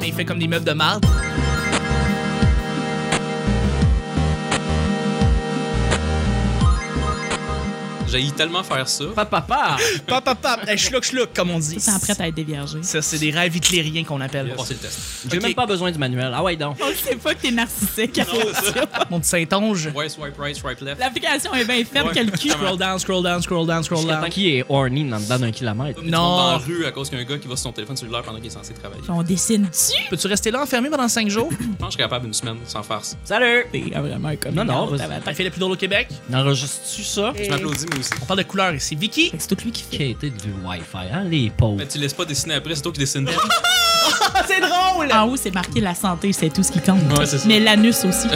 [SPEAKER 1] Mais il fait comme des meufs de marde.
[SPEAKER 4] J'ai tellement faire ça.
[SPEAKER 2] Papa, papa.
[SPEAKER 1] Pap, pap, pap. Hey, schluck, schluck, comme on dit.
[SPEAKER 3] Ils sont prêts à être déviergés.
[SPEAKER 1] Ça, c'est des rêves hitlériens qu'on appelle.
[SPEAKER 4] Passer le test.
[SPEAKER 2] J'ai
[SPEAKER 1] Ok.
[SPEAKER 2] même pas besoin du manuel. Ah ouais, donc.
[SPEAKER 3] On le sait pas que t'es narcissique.
[SPEAKER 1] Mon petit Saint-Onge.
[SPEAKER 4] Ouais, swipe right, swipe left.
[SPEAKER 3] L'application est bien faite,
[SPEAKER 4] Ouais.
[SPEAKER 3] quel cul.
[SPEAKER 1] Scroll down, scroll down, scroll down, scroll
[SPEAKER 2] Jusqu'à
[SPEAKER 1] down.
[SPEAKER 2] temps qu'il est horny dans dedans d'un kilomètre.
[SPEAKER 4] Tu tombes Dans la
[SPEAKER 1] Non.
[SPEAKER 4] rue à cause qu'il y a un gars qui va sur son téléphone cellulaire pendant qu'il est censé travailler.
[SPEAKER 3] On dessine dessus.
[SPEAKER 1] Peux-tu rester là enfermé pendant 5 jours?
[SPEAKER 4] Je pense que je suis capable une semaine sans farce.
[SPEAKER 2] Salut!
[SPEAKER 3] T'es vraiment comme
[SPEAKER 2] Non, non, vas-y.
[SPEAKER 1] T'as
[SPEAKER 3] tabarnak.
[SPEAKER 1] fait le plus drôle au Québec?
[SPEAKER 2] N'enregistres-tu ça?
[SPEAKER 4] Je m'applaudis, moi aussi.
[SPEAKER 1] On parle de couleurs ici. Vicky?
[SPEAKER 3] Fait que C'est tout lui qui fait.
[SPEAKER 2] Qui a été du Wi-Fi, hein, les pauvres.
[SPEAKER 4] Mais tu laisses pas dessiner après, c'est toi qui dessines.
[SPEAKER 1] Ah, c'est drôle!
[SPEAKER 3] En haut, c'est marqué la santé, c'est tout ce qui compte.
[SPEAKER 4] Ouais, c'est ça.
[SPEAKER 3] Mais l'anus aussi.